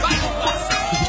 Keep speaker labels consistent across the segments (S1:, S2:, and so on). S1: No passinho,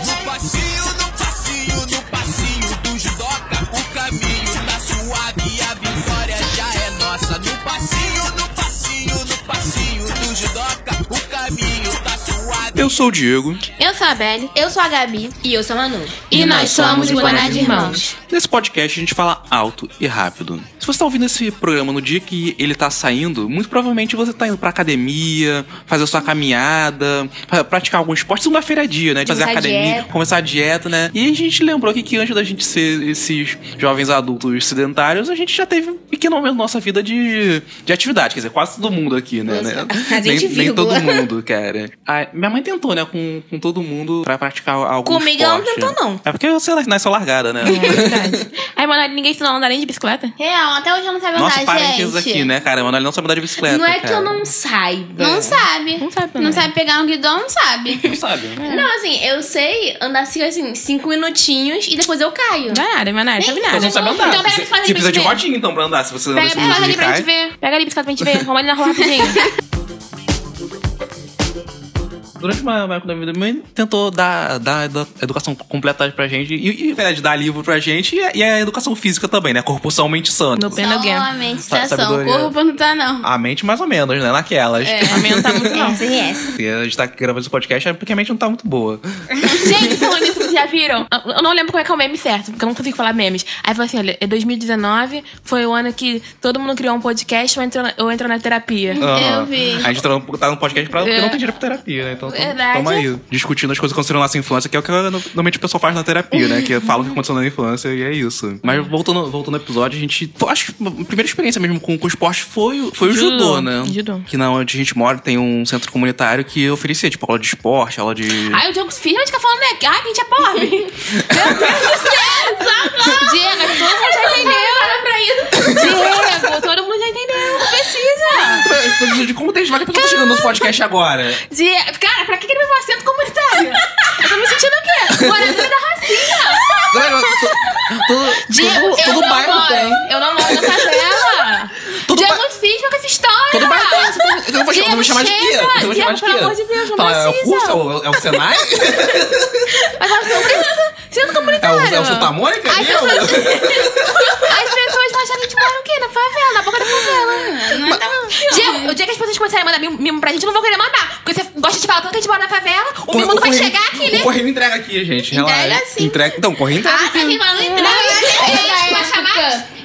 S1: no passinho, no passinho do judoca O caminho tá suave, a vitória já é nossa No passinho, no passinho, no passinho do judoca O caminho tá suave
S2: Eu sou o Diego.
S3: Eu sou a Belle, eu sou a Gabi e eu sou a Manu.
S4: E nós somos o Guaraná de Irmãos.
S2: Nesse podcast a gente fala alto e rápido. Se você tá ouvindo esse programa no dia que ele tá saindo, muito provavelmente você tá indo pra academia, fazer a sua caminhada, pra- praticar algum esporte. Segunda-feira é dia, né? De fazer
S3: Começar a
S2: academia,
S3: dieta.
S2: começar a dieta, né? E a gente lembrou aqui que antes da gente ser esses jovens adultos sedentários, a gente já teve um pequeno momento na nossa vida de, de atividade. Quer dizer, quase todo mundo aqui, né?
S3: é.
S2: né?
S3: A gente
S2: nem, nem todo
S3: vírgula.
S2: mundo, cara. Ah, minha mãe tentou, né? Com, com todo mundo pra praticar algo
S3: Comigo ela não tentou, não. É.
S2: É porque você nasceu largada, né?
S4: Aí, mano, ninguém ensinou a andar nem de bicicleta?
S5: Real, até hoje eu não sabe
S2: Nossa,
S5: andar,
S2: parênteses
S5: gente.
S2: aqui, né, cara? Manoel não sabe andar de bicicleta.
S3: não é que
S2: cara.
S3: eu não saiba.
S5: Não sabe.
S4: Não sabe
S5: Não
S4: andar.
S5: sabe pegar um guidão, não sabe.
S2: Não sabe. né?
S3: Não, assim, eu sei andar assim, assim, cinco minutinhos e depois eu caio.
S4: Não é nada, não é nada, não sabe
S2: Então
S4: nada.
S2: não sabe andar.
S3: Então pega a
S2: você,
S3: bicicleta de
S2: você precisa de
S3: bicicleta.
S2: rodinha, então, pra andar. Se você anda
S5: Pega a
S2: esse
S5: bicicleta ali pra gente
S2: cai.
S5: ver.
S4: Pega ali a bicicleta pra gente ver. Vamos ali na rua rapidinho.
S2: Durante uma uma época da vida, minha mãe tentou dar, dar edu- educação completa pra gente. E, e pera, de dar livro pra gente. E, a- e a educação física também, né? Corporalmente sã.
S4: No pé alguém.
S5: Só a meditação. O
S2: Sabedoria.
S5: corpo não tá, não.
S2: A mente, mais ou menos, né? Naquelas.
S3: É.
S4: A minha não tá muito, não.
S3: SRS.
S2: E a gente tá gravando esse podcast é porque a mente não tá muito boa.
S4: Gente, falando isso, vocês já viram? Eu eu não lembro como é que é o meme certo, porque eu não consigo falar memes. Aí falou assim: olha, é 2019 foi o ano que todo mundo criou um podcast ou entrou na, ou entrou na terapia.
S2: Aham.
S5: vi.
S2: A gente tá no, tá no podcast pra, porque não tem dinheiro pra terapia, né? Então
S4: Verdade.
S2: estamos aí, discutindo as coisas que aconteceram na nossa infância, que é o que normalmente o pessoal faz na terapia, né? Que fala o que aconteceu na infância e é isso. Mas voltando, voltando ao episódio, a gente. pô, Acho que a primeira experiência mesmo com, com esporte foi, o- foi o
S4: Judô.
S2: judô, né?
S4: Judô.
S2: Que na onde a gente mora tem um centro comunitário que oferecia, tipo, aula de esporte, aula de.
S4: Aí o Diogo finalmente fica falando, né? Ai, que a gente é pobre. Meu Deus do céu! Diego, todo mundo
S3: tá
S4: já entendeu. Diego, todo mundo já entendeu. Não precisa.
S2: Pra- De contexto, vai que a pessoa tá chegando no nosso podcast agora.
S4: Diego, cara, pra que que ele vai pro assento comunitário? tá?" Eu tô me sentindo o quê? Moradora da racinha.
S2: Galera, to- todo-
S4: Diego,
S2: todo-
S4: eu
S2: todo
S4: não
S2: bairro
S4: moro.
S2: tem.
S4: Eu não moro na favela.
S2: Todo
S4: Diego
S2: ba-
S4: cisma com essa história.
S2: Todo bairro tem. Você- Eu vou, eu vou me chamar de quê?
S4: Diego,
S2: Eu vou me chamar de quê?
S4: Diego, Ah! pelo amor de Deus, não
S2: Fala, é o
S4: precisa.
S2: curso? É o, é o Senai?
S4: Agora não tá precisa. Sendo
S2: É o,
S4: comunitário.
S2: é o Santa Mônica?
S4: As
S2: Eu?
S4: pessoas, as pessoas vão achar que a gente mora o quê? Na favela, na boca da favela.
S5: Não é
S3: tá
S5: tão-
S3: Ah,
S4: Diego, o dia que as pessoas começarem a mandar mimo, mimo pra gente, eu não vão querer mandar. Porque você gosta de falar tanto que a gente mora na favela, o mimo não vai
S2: correio-
S4: chegar aqui,
S2: O
S4: né?
S2: correio entrega aqui, gente.
S5: Entrega
S2: relaxa.
S5: sim.
S2: Entrega. Então, o correio entrega.
S5: Ah, tá aqui, mano.
S3: né?
S5: Não, não,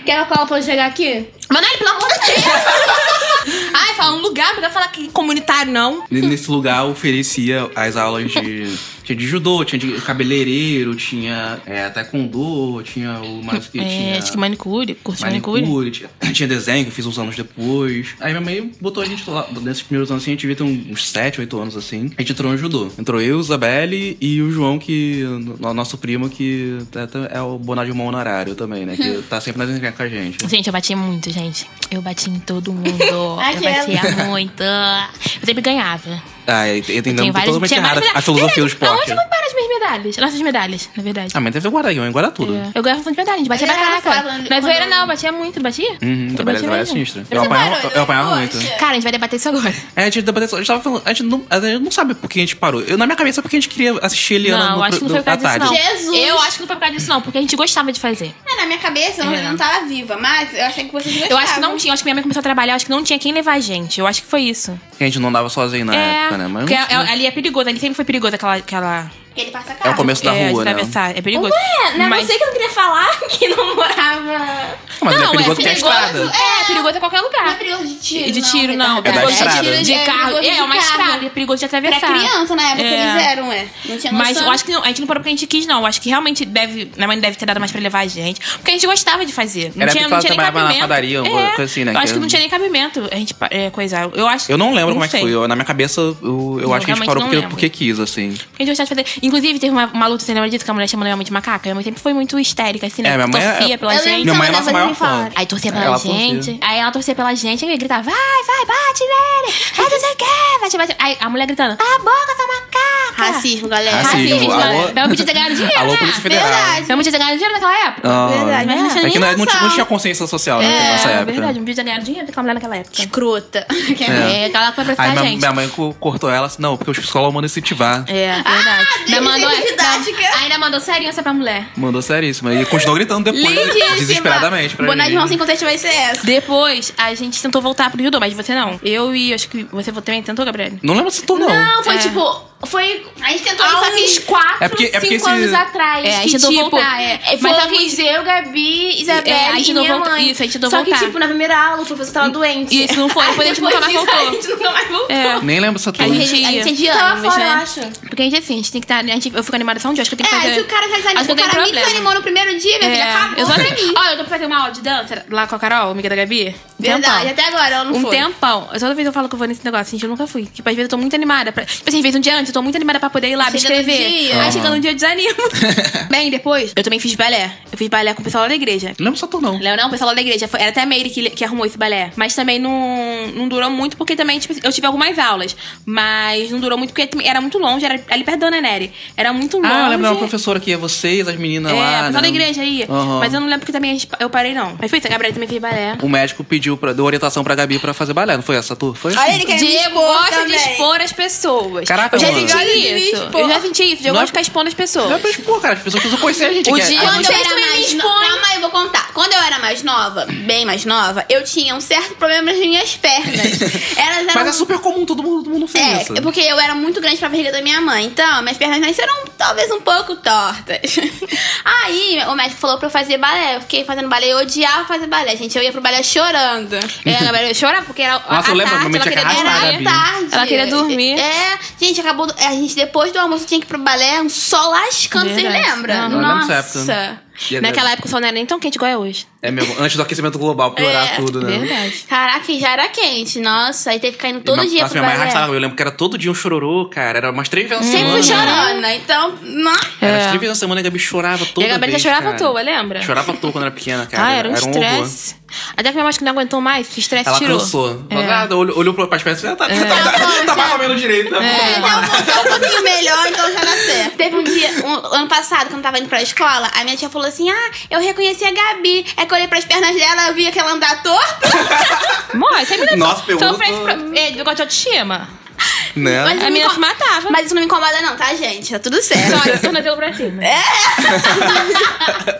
S5: Quero falar pra eu chegar aqui?
S4: Manoel, é pelo amor de Deus. Ai, fala um lugar, não vai falar que comunitário, não.
S2: N- Nesse lugar oferecia as aulas de. Tinha de judô, tinha de cabeleireiro, tinha é, taekwondo, tinha o mais o
S4: É,
S2: que tinha.
S4: manicure, curso
S2: manicure, tinha, tinha desenho que eu fiz uns anos depois. Aí minha mãe botou a gente lá, nesses primeiros anos assim, a gente devia ter uns 7, 8 anos assim. A gente entrou no judô. Entrou eu, Isabelle e o João, que no- nosso primo, que tá- tá- é o Bonar de Irmão honorário também, né? Que tá sempre nas encrencas com a gente.
S4: Gente, eu bati muito, gente. Eu bati em todo mundo. eu
S5: Aquela.
S4: batia muito. Eu sempre ganhava.
S2: Ah, eu entendo
S4: Tem vários-
S2: totalmente
S4: tinha
S2: errada
S4: várias
S2: a
S4: medalhas.
S2: filosofia do
S4: Gente,
S2: esporte.
S4: Aonde vão parar as minhas medalhas? Nossas medalhas, na verdade.
S2: Ah, mas deve guardar, eu guarda tudo.
S4: É. Eu ganhava bastante medalha, a gente batia
S5: Ele
S4: pra
S5: era
S4: caraca.
S5: falando-
S4: Não é zoeira,
S5: quando-
S4: não, batia muito, batia?
S2: Uhum,
S4: Eu
S2: trabalhar
S4: batia
S2: trabalhar
S4: mesmo.
S2: sinistra.
S5: Você
S2: Eu apanhava,
S5: parou,
S2: eu apanhava
S5: né?
S2: muito.
S5: Poxa.
S4: Cara, a gente vai debater isso agora.
S2: É, a gente debatia, a gente tava falando, a gente não, a gente não sabe por que a gente parou. Eu, na minha cabeça, porque a gente queria assistir ele
S4: Não, acho que não foi por
S2: à
S4: causa disso,
S2: tarde.
S4: não.
S5: Jesus.
S4: Eu acho que não foi por causa disso, não, porque a gente gostava de fazer.
S5: É, na minha cabeça, eu não-
S4: É.
S5: não tava viva, mas eu achei que vocês gostavam.
S4: Eu acho que não tinha, eu acho que minha mãe começou a trabalhar, eu acho que não tinha quem levar a gente. Eu acho que foi isso.
S2: Que a gente não andava sozinho na
S4: é,
S2: época, né? Mas
S4: porque
S2: não-
S4: é- ali é perigoso, ali sempre foi perigoso aquela. aquela
S5: Porque ele passa
S2: é
S5: carro.
S2: o começo da
S4: é,
S2: rua,
S4: de
S2: né?
S4: atravessar. É perigoso.
S5: É, né?
S4: Mas-
S5: Você que eu não queria falar que não morava.
S2: Mas
S4: Não,
S2: é
S4: é
S2: perigoso porque é
S4: perigoso,
S2: estrada.
S4: É, perigoso a qualquer
S5: Não é
S4: lugar.
S5: perigo de tiro.
S4: E de tiro, não. é
S2: da
S4: perigoso
S2: estrada.
S4: De, tiro, de
S5: É,
S4: carro.
S5: perigoso
S4: É,
S5: de
S4: uma
S5: carro.
S4: estrada. É perigoso de
S5: Pra
S4: atravessar.
S5: criança, na época,
S4: É.
S5: eles eram, é. Não tinha noção.
S4: Mas eu acho que não, a gente não parou porque a gente quis, não. Eu acho que realmente deve. Minha mãe deve ter dado mais pra levar a gente. Porque a gente gostava de fazer. Não
S2: Era
S4: tinha,
S2: porque
S4: não
S2: ela
S4: tinha nem
S2: trabalhava na
S4: cabimento. É,
S2: padaria, uma coisa assim, né,
S4: Eu
S2: que-
S4: acho que não tinha nem cabimento a gente pa- é, coisar. Eu acho.
S2: Eu não lembro como é que
S4: sei.
S2: foi. Eu- na minha cabeça, eu, eu
S4: Eu
S2: acho que a gente
S4: realmente
S2: parou
S4: não
S2: porque,
S4: lembro.
S2: porque quis, assim.
S4: Porque a gente gostava de fazer. Inclusive, teve uma, uma luta, você lembra disso? Que a mulher chamou minha mãe de macaca. Minha mãe sempre foi muito histérica, assim, né?
S2: É, minha mãe é-
S4: torcia pela
S5: Eu
S4: gente.
S5: lembro
S2: Minha
S5: que
S2: mãe é
S5: a
S2: nossa
S5: mãe
S2: maior
S5: me
S2: fã.
S5: fala.
S4: Aí torcia pela
S2: Ela
S4: gente.
S2: torcia.
S4: Aí ela torcia pela gente e gritava: é vai, vai, bate nele! Vai, não sei o que, vai te bater. Aí a mulher gritando: cala a boca, sua macaca! que é?
S5: Racismo, galera.
S2: Racismo.
S4: Racismo,
S2: Assim, tipo,
S4: né?
S2: alô-
S4: galera. Ela podia ter ganhado dinheiro,
S2: Alô,
S4: né?
S2: Polícia Federal.
S5: Verdade.
S4: Ela podia ter ganhado dinheiro naquela época.
S2: Ah,
S5: Verdade, mas não
S4: né?
S2: é que
S5: tinha nem
S2: não, não tinha- não
S5: noção.
S2: tinha consciência social né, nessa
S4: é
S2: época.
S4: verdade, não podia ter ganhado dinheiro daquela mulher naquela época.
S5: Escrota.
S2: É.
S4: É, aquela que vai
S2: Aí
S4: prestar a
S2: minha,
S4: gente.
S2: minha mãe co- cortou ela assim, não, porque os psicólogos mandam incentivar.
S4: É, verdade.
S3: Ah,
S5: gente,
S4: ainda mandou,
S5: gente didática.
S4: ainda- ainda mandou serinha essa pra mulher.
S2: Mandou seríssimo. E continuou gritando depois,
S5: Lindíssima.
S2: desesperadamente. Pra
S5: Boné de
S2: mim.
S5: mão
S4: assim.
S5: sem contexto vai ser essa.
S4: Depois, a gente tentou voltar pro judô, mas você não. Eu e acho que você também tentou, Gabriel?
S2: Não lembro se tu não.
S3: Não, foi
S4: É.
S3: tipo. Foi
S5: A gente tentou
S3: há uns 4,
S2: É porque- é porque
S3: 5
S2: esse-
S3: anos atrás.
S4: É, a
S3: que,
S4: gente tentou
S3: tipo,
S5: ah,
S4: voltar, é. Mas
S3: Mas
S4: sabe
S3: fomos eu, Gabi, Isabelle
S4: É, a gente
S3: e
S4: não
S3: minha
S4: volta-
S3: mãe.
S4: isso, a gente tentou
S3: Só
S4: voltar.
S3: que, tipo, na primeira aula o professor tava doente.
S4: E isso não foi, depois a gente nunca mais
S3: Depois disso,
S4: voltou.
S3: A gente nunca mais voltou.
S4: É.
S2: Nem lembro se tu.
S4: A gente-
S5: A gente é de
S3: Tava
S5: ânimos,
S3: fora, eu
S5: né?
S3: acho.
S4: Porque a gente, assim, a gente tem que estar. a gente, eu fico animada só um dia, acho que eu tenho que
S5: É,
S4: fazer.
S5: se o cara já
S4: Acho que
S5: desanimou,
S4: eu
S5: o
S4: tenho
S5: cara me
S4: problema.
S5: desanimou no primeiro dia, minha filha,
S4: É,
S5: acabou
S4: eu só
S5: pra mim.
S4: Olha, eu tô pra fazer uma aula de dança lá com a Carol, amiga da Gabi. Um
S5: Verdade,
S4: tempão.
S5: até agora ela não
S4: Um
S5: foi.
S4: tempão. Eu toda vez eu falo que eu vou nesse negócio, gente, eu nunca fui. Tipo, às vezes eu tô muito animada. Pra... Tipo assim, às vezes um dia antes eu tô muito animada pra poder ir lá me
S5: Chega no
S4: inscrever.
S5: dia.
S4: Aí chegando um dia eu desanimo. Bem, depois, eu também fiz balé. Eu fiz balé com o pessoal lá da igreja.
S2: Não lembro se tu não.
S4: Léo, não, o pessoal lá da igreja. Foi- Era até a Meire que, que arrumou esse balé. Mas também não, não durou muito, porque também tipo, eu tive algumas aulas. Mas não durou muito, porque também era muito longe. Era ali perto da Ana Nery. Era muito longe.
S2: Ah, eu lembro da professora que ia vocês, as meninas
S4: É,
S2: lá.
S4: o pessoal da
S2: né?
S4: igreja aí.
S2: Aham.
S4: Mas eu não lembro porque também a gente- eu parei, não. Mas foi isso, a Gabriela também fez balé.
S2: O médico pediu, pra, deu orientação pra Gabi pra fazer balé, não foi essa tu? Foi?
S5: Olha ele querendo me
S4: Diego
S5: expor
S4: gosta
S5: também.
S4: de expor as pessoas.
S2: Caraca,
S4: eu já
S2: mano.
S4: senti
S5: Gosta de me
S4: isso.
S5: expor.
S4: Eu já senti isso.
S2: Não
S4: Diego
S2: é-
S4: gosta de ficar expondo as pessoas.
S2: Não é pra expor, cara. As pessoas precisam conhecer a gente.
S4: O
S2: que é-
S4: dia-
S2: a
S5: Quando
S2: gente-
S5: eu
S4: Vocês
S5: era
S4: também me
S5: mais no...
S4: expõem.
S5: Calma aí, eu vou contar. Quando eu era mais nova, bem mais nova, eu tinha um certo problema nas minhas pernas. Elas eram
S2: Mas é super comum, todo mundo, todo mundo fez
S5: É,
S2: isso.
S5: é porque eu era muito grande pra barriga da minha mãe. Então, minhas pernas nasceram talvez um pouco tortas. Aí, o médico falou pra eu fazer balé. Eu fiquei fazendo balé, eu odiava fazer balé, gente. Eu ia pro balé chorando.
S4: É, a Gabriela chorava porque era a
S2: Nossa, eu lembro,
S4: tarde,
S2: minha mãe tinha
S4: ela queria
S2: que arrastar,
S4: dormir.
S5: Era
S2: Gabi.
S5: à tarde.
S4: Ela queria dormir.
S5: É, gente, acabou. do- A gente, depois do almoço, tinha que ir pro balé, um sol lascando, vocês
S4: Verdade.
S5: lembram?
S4: Não,
S2: eu lembro dessa
S5: Nossa.
S2: E é
S4: Naquela época o sol não era nem tão quente igual é hoje.
S2: É mesmo, antes do aquecimento global piorar
S5: É,
S2: tudo, né?
S4: Verdade.
S5: Caraca, já era quente. Nossa, aí teve que cair todo
S2: Nossa,
S5: dia
S2: minha
S5: pro
S2: mãe é
S5: balé.
S2: arrastava. Eu lembro que era todo dia um chororô, cara. Era umas três vezes na
S5: Sempre
S2: semana.
S4: Uhum.
S5: fui chorona, então. Nossa.
S2: Era
S4: É.
S2: umas três vezes na semana e a Gabi chorava toda
S4: E a Gabriela
S2: vez,
S4: já chorava
S2: cara.
S4: à toa, lembra?
S2: Chorava à toa quando era pequena, cara.
S4: ah, era um
S2: horror.
S4: estresse. Até que minha mãe acho que não aguentou mais, que estresse
S2: Ela
S4: tirou.
S2: cansou.
S4: É.
S2: Ela olhou, olhou pra- pras pernas e disse, tá, tá, tá, tá, tá mais ou menos direito. Tá
S4: É.
S2: bom.
S5: Então, voltou um pouquinho melhor, então já dá certo. Teve um dia, um- ano passado, quando eu tava indo pra escola, a minha tia falou assim: Ah, eu reconheci a Gabi. É que eu olhei pras pernas dela, eu via que ela andava torta.
S4: Mãe, Então, você me
S2: Nossa, pergunta-
S4: Sofresse pro... É, negócio de autoestima.
S2: Né?
S5: Mas-
S4: A
S5: não
S4: menina
S5: co-
S4: se matava. É.
S5: Mas isso não me incomoda, não, tá, gente? Tá tudo certo.
S4: Só, tornozelo pra cima.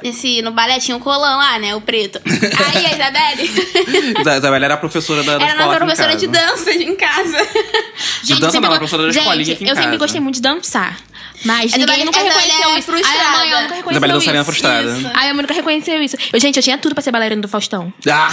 S5: Esse, no balé tinha um colã lá, né? O preto. Aí a Isabelle.
S2: Da- Isabela era a professora da, da
S5: Era
S2: escola
S5: nossa
S2: aqui em
S5: professora de
S2: casa.
S5: dança em casa.
S2: De dança não,
S4: sempre
S2: era
S4: go-
S2: professora da escolinha aqui
S4: Gente,
S2: em
S4: eu sempre
S2: casa.
S4: gostei muito de dançar. Mas
S5: Ela
S4: ninguém
S5: é-
S4: nunca
S5: ela
S4: reconheceu
S5: é
S4: isso.
S5: frustrada.
S4: Ai, a mãe, eu nunca reconheceu
S2: Isabela é dançarina
S4: isso.
S2: frustrada.
S4: Isso. Ai, a mãe nunca reconheceu isso. Eu, gente, eu tinha tudo pra ser bailarina do Faustão.
S2: Ah.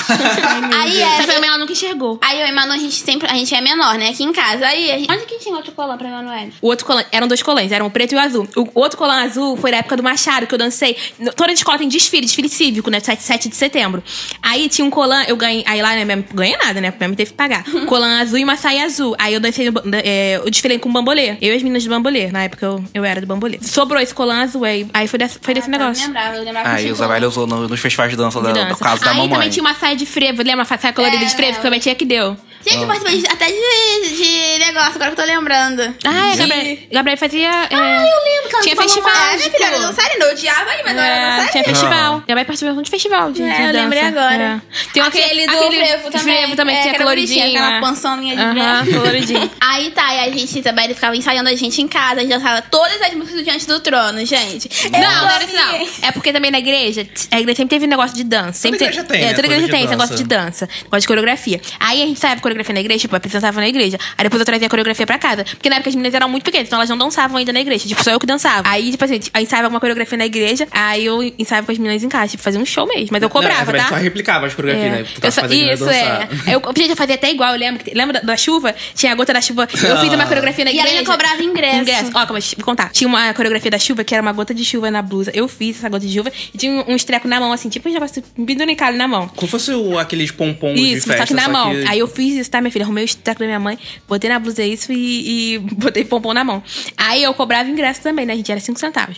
S5: Aí é.
S4: Só que a minha mãe ela nunca enxergou.
S5: Aí eu e Manu, a gente sempre. A gente é menor, né? Aqui em casa. Aí a gente- Onde que tinha outro colã pra Emanuel?
S4: O outro colã, eram dois colãs, eram o preto e o azul. O outro colã azul foi da época do Machado, que eu dancei. No- Toda escola tem desfile, desfile cívico, né? 7, 7 de setembro. Aí tinha um colã, eu ganhei. Aí lá, né? Minha, ganhei nada, né? Minha mãe teve que pagar. Colã azul e uma saia azul. Aí eu dancei, no ba- da- é, eu desfilei com bambolê. Eu e as meninas do bambolê. Na época eu, eu era do bambolê. Sobrou esse colã azul, aí, aí foi, dessa- foi desse
S5: Ah, tá, Eu não
S4: negócio.
S5: lembrava, eu lembrava que
S2: Aí
S5: tinha
S2: o
S5: um colã.
S2: Isabela usou Ah, no- nos festivais de dança, da,
S4: de
S2: do
S4: dança.
S2: caso da
S4: Aí
S2: mamãe.
S4: também tinha uma saia de frevo, lembra? Uma saia colorida
S5: É,
S4: de frevo
S5: não.
S4: que a minha tia que deu.
S5: Gente, eu participei de- até de, de negócio, agora que eu tô lembrando.
S4: Ah, é,
S5: De-
S4: Gabriel, Gabriel fazia. Ah,
S5: Eu lembro que ela
S4: Tinha
S5: falou
S4: festival,
S5: uma- É, minha
S4: tipo-
S5: filha era dançarina, eu odiava aí, mas eu era
S4: É,
S5: dançarina.
S4: tinha festival. Minha mãe participou de festival de,
S5: É,
S4: de
S5: eu
S4: dança.
S5: lembrei agora.
S4: É. Tem aquele,
S5: do frevo também.
S4: frevo também,
S5: É,
S4: que é
S5: aquela bonitinha,
S4: coloridinho.
S5: aquela
S4: é.
S5: pançolinha de
S4: Aham,
S5: frevo.
S4: coloridinho.
S5: Aí tá, e a gente, Isabelle ficava ensaiando a gente em casa, a gente dançava todas as músicas do Diante do Trono, gente.
S4: Não, não era isso não. É porque também na igreja, t- a igreja sempre teve negócio de dança. Sempre
S2: Toda igreja tem,
S4: é,
S2: né,
S4: toda
S2: coisa
S4: igreja
S2: de
S4: tem esse negócio de
S2: dança.
S4: dança, negócio de coreografia. Aí a gente sabe coreografia na igreja, tipo, apresentava na igreja. Aí depois eu trazia a coreografia pra casa. Porque na época as meninas eram muito pequenas, então elas não dançavam ainda na igreja. Tipo, só eu que dançava. Aí, tipo assim, eu ensaiava alguma coreografia na igreja, aí eu ensaiava com as meninas em casa, tipo, fazia um show mesmo. Mas eu cobrava,
S2: Não, é a Isabela
S4: tá?
S2: só replicava as coreografias, né? Tu
S4: Eu
S2: tava
S4: só,
S2: fazendo ela
S4: isso, é.
S2: dançar.
S4: Eu, gente, eu fazia até igual, eu lembro. que- Lembra da, da chuva? Tinha a gota da chuva. Eu fiz
S2: Ah.
S4: uma coreografia na
S5: E
S4: igreja.
S5: ela ainda cobrava ingresso.
S4: Ó, calma, deixa eu contar. Tinha uma coreografia da chuva que era uma gota de chuva na blusa. Eu fiz essa gota de chuva e tinha um, um estreco na mão, assim, tipo um negócio penduricalho na mão.
S2: Como fosse o, aqueles pompons Um de
S4: Isso,
S2: festa,
S4: só que na mão.
S2: que-
S4: Aí eu fiz isso, tá, minha filha? Arrumei o estreco da minha mãe, botei na blusa isso e, e botei pompom na mão. Aí eu cobrava ingresso também, né, gente? Era 5 centavos.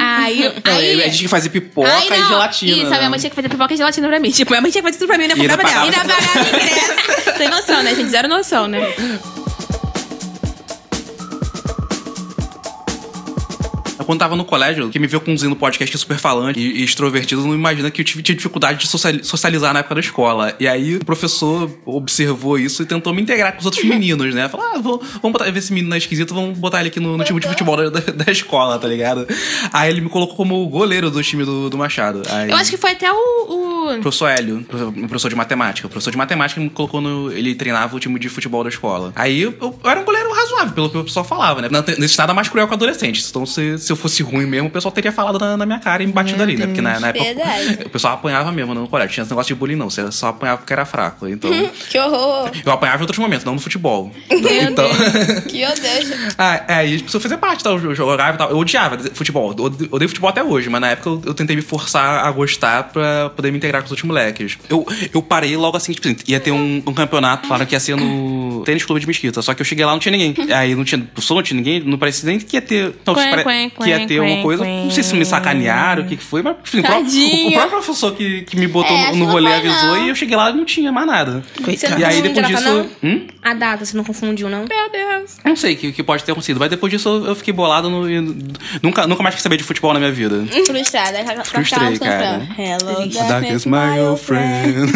S4: Aí. eu-
S2: Não, é
S4: aí
S2: A gente que fazia pipoca
S4: Ai, não.
S2: e gelatina.
S4: Isso,
S2: né?
S4: a minha mãe tinha que fazer pipoca e gelatina pra mim. Tipo, minha mãe tinha que fazer tudo pra mim, né? Eu
S2: E ainda
S4: comprava dela.
S2: pagava.
S4: Ainda pagava ingresso. Tem né? noção, né, gente? Zero noção, né?
S2: Quando tava no colégio, quem me viu conduzindo podcast que é super falante e, e extrovertido não imagina que eu tive, tinha dificuldade de sociali- socializar na época da escola. E aí o professor observou isso e tentou me integrar com os outros meninos, né? Falou, ah, vou- vamos botar, ver esse menino é esquisito, vamos botar ele aqui no, no time de futebol da, da- da escola, tá ligado? Aí ele me colocou como o goleiro do time do, do Machado. Aí-
S4: Eu acho que foi até o. o-
S2: Professor Hélio, profe- um professor de matemática. O professor de matemática me colocou no. Ele treinava o time de futebol da escola. Aí eu, eu- eu era um goleiro razoável, pelo que o pessoal falava, né? Não tem- não existe nada mais cruel que adolescente. Então, se, se eu fosse ruim mesmo, o pessoal teria falado na, na minha cara e me batido ali, né? Porque na, na época.
S5: Verdade.
S2: O pessoal apanhava mesmo, não colégio. Tinha esse negócio de bullying, não. Você só apanhava porque era fraco. Então.
S5: Que horror.
S2: eu apanhava em outros momentos, não no futebol.
S4: Meu
S2: então.
S5: Que odeio.
S2: Ah, é, e as pessoas faziam parte, tal, eu jogava e tal. Eu odiava futebol, eu ode- odeio futebol até hoje, mas na época eu, eu tentei me forçar a gostar pra poder me integrar com os outros moleques. Eu, eu parei logo assim, tipo, ia ter um, um campeonato, falaram que ia ser no tênis clube de Mesquita, só que eu cheguei lá não tinha ninguém. Aí não tinha som, não tinha ninguém, não parecia nem que ia ter. Não,
S4: Quen,
S2: pare-
S4: quen,
S2: que ia ter
S4: quen,
S2: alguma coisa,
S4: quen.
S2: não sei se me sacanearam, o que que foi, mas enfim, o próprio-
S4: Tadinho.
S2: o próprio professor que, que me botou
S5: É,
S2: no- no
S5: acho que não
S2: rolê
S5: foi,
S2: avisou
S5: não.
S2: e eu cheguei lá e não tinha mais nada.
S4: Coitado.
S2: E aí
S4: Não
S2: depois
S4: grava,
S2: disso. Hum?
S4: A data, você não confundiu, não? Meu Deus.
S2: Não sei o que, o que pode ter acontecido, mas depois disso eu, eu fiquei bolado no- e nunca, nunca mais quis saber de futebol na minha vida.
S5: Frustrada.
S2: Frustrei, cara.
S5: Hello,
S2: Darkness, my old friend.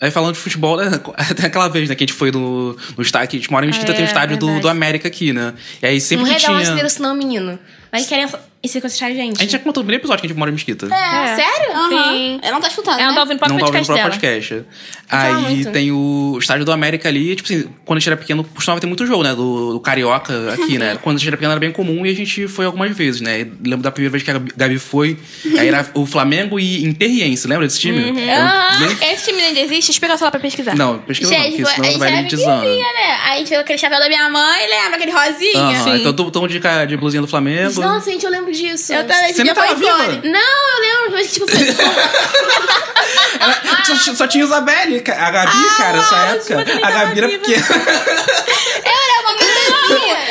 S2: Aí falando de futebol, né? Tem aquela vez, né, que a gente foi no, no estádio, que a gente mora em Mesquita,
S4: É,
S2: tem o estádio do,
S4: verdade. Um
S2: do América aqui, né? E aí
S3: Não
S2: sempre que
S3: revela
S2: tinha.
S3: o nosso endereço, não, menino.
S4: Mas querem esse coisas a gente.
S2: A gente já contou no primeiro episódio que a gente mora em Mesquita.
S5: É, sério? Aham.
S4: Sim.
S5: Ela não tá escutando,
S4: Ela não tá
S5: né?
S4: ouvindo o próprio
S2: não tava
S4: podcast
S2: ouvindo o próprio
S4: dela.
S2: podcast.
S4: fala
S2: Aí
S4: muito.
S2: tem o estádio do América ali, e, tipo assim, quando a gente era pequeno, costumava ter muito jogo, né? Do, do Carioca aqui, né? Quando a gente era pequeno era bem comum e a gente foi algumas vezes, né? E lembro da primeira vez que a Gabi- Gabi foi, aí era o Flamengo e Interriense, lembra desse time? Então, bem-
S4: Ah, esse time ainda existe? Explica só lá pra pesquisar.
S2: Não, pesquisa não, porque
S5: Gente, foi- a
S2: senão
S5: gente
S2: vai
S5: era
S2: me desando.
S5: pequenininha, né? Aí a gente fez aquele chapéu da minha mãe, lembra? Aquele rosinha.
S2: Aham, então tom de, ca- de blusinha do Flamengo.
S3: Nossa, gente, eu lembro disso.
S5: Eu também, esse
S2: Você não tá-
S5: dia foi
S2: tava viva?
S5: icônico.
S3: Não, eu lembro, mas tipo, foi-
S2: Só, só tinha Isabelle, ca- a Gabi, cara, essa época. A Gabi era pequena.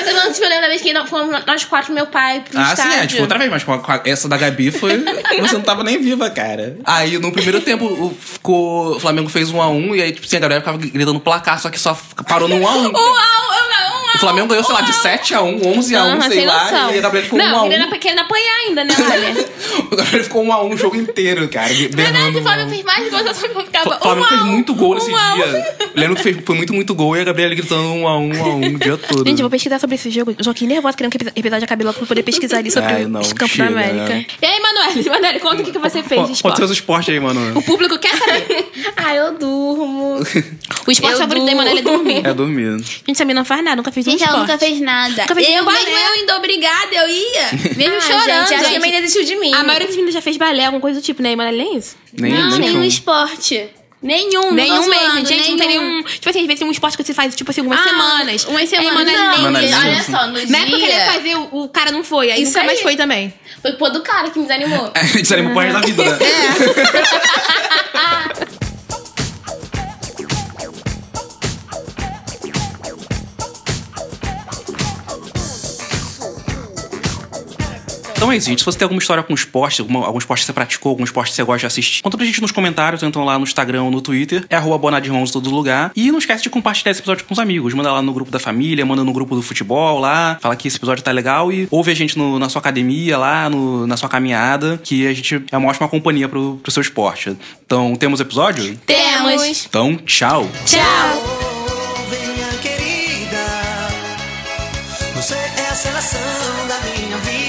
S3: eu não tipo, eu lembro da vez que nós fomos nós quatro, meu pai, pro
S2: Ah,
S3: estádio.
S2: sim, é, tipo, outra vez, mas com a- com a- essa da Gabi foi. Você não tava nem viva, cara. Aí no primeiro tempo o- ficou. O Flamengo fez 1 a 1 e aí, tipo assim, a Gabriela ficava gritando placar, só que só f- parou no 1 a 1
S4: Um a um, um a um.
S2: O Flamengo ganhou, sei lá, de 7 a 1 11 a 1
S4: Aham,
S2: "Ah, sei
S4: sem
S2: lá.
S4: noção.
S2: E a Gabriela ficou 1
S4: Não,
S2: a 1
S4: ele era querendo apanhar ainda, né, Lália?
S2: O Gabriela ficou 1 a 1 o jogo inteiro, cara.
S4: Verdade,
S2: berrando um a
S4: o Flamengo
S2: um.
S4: fez mais gols, eu só ficava
S2: O Flamengo
S4: um a
S2: fez
S4: um,
S2: muito gol nesse
S4: um a um.
S2: dia. Eu Lembro que fez, foi muito, muito gol e a Gabriela gritando 1 a 1 1 a 1 o dia todo.
S4: Gente, eu vou pesquisar sobre esse jogo. Eu tô aqui nervosa querendo que o episódio acabe logo pra eu poder pesquisar ali sobre
S2: Ai,
S4: o
S2: não,
S4: campo
S2: chega,
S4: da América.
S2: né?
S4: E aí, Manoel, Manoel, conta o que, que você fez de
S2: Pode- Pode
S4: esporte.
S2: ser os esportes aí, mano.
S4: O público quer saber.
S3: Ah, eu durmo.
S4: O esporte
S3: Eu
S4: favorito
S3: dou-
S4: da Manoel é dormir.
S2: É dormindo.
S4: Gente, essa menina não faz nada, nunca fiz
S5: Gente,
S4: nenhum
S5: ela
S4: esporte.
S5: nunca fez nada.
S4: Nunca fez
S5: eu
S4: nenhum
S5: mesmo,
S4: balé.
S5: eu indo obrigada, eu ia. Mesmo
S3: Ah,
S5: chorando.
S3: gente, acho que a
S5: gente.
S3: mãe desistiu de mim.
S4: A maioria das meninas já fez balé, alguma coisa do tipo, né? E Manoel nem isso.
S2: Nem,
S5: Não,
S2: nem
S5: nenhum
S2: show.
S5: esporte. Nenhum, não
S4: Nenhum
S5: tô
S4: mesmo,
S5: zoando,
S4: gente. Não tem nenhum. Tipo assim, às vezes tem um esporte que você faz, tipo assim, algumas
S5: Ah,
S4: semanas. É,
S5: umas semanas.
S4: Aí, Manoel,
S5: Não,
S4: nem
S2: Manoel,
S4: isso.
S2: não.
S5: Olha só, no
S4: Na época que ele ia
S5: dia...
S4: fazer, o, o cara não foi. Aí
S3: Isso
S4: nunca mais
S3: aí.
S4: foi também.
S3: Foi pô do cara que me desanimou.
S2: A gente desanima pro resto da vida, né? Então é isso, gente. Se você tem alguma história com esporte, alguma, algum esporte que você praticou, algum esporte que você gosta de assistir, conta pra gente nos comentários, ou então lá no Instagram ou no Twitter. É arroba Bonadirmãos em todo lugar. E não esquece de compartilhar esse episódio com os amigos. Manda lá no grupo da família, manda no grupo do futebol lá. Fala que esse episódio tá legal e ouve a gente no- na sua academia, lá no- na sua caminhada, que a gente é uma ótima companhia pro, pro seu esporte. Então, temos episódio?
S4: Temos.
S2: Então, tchau!
S4: Tchau.
S1: Oh, Venha querida, você é a seleção da minha vida. Oh,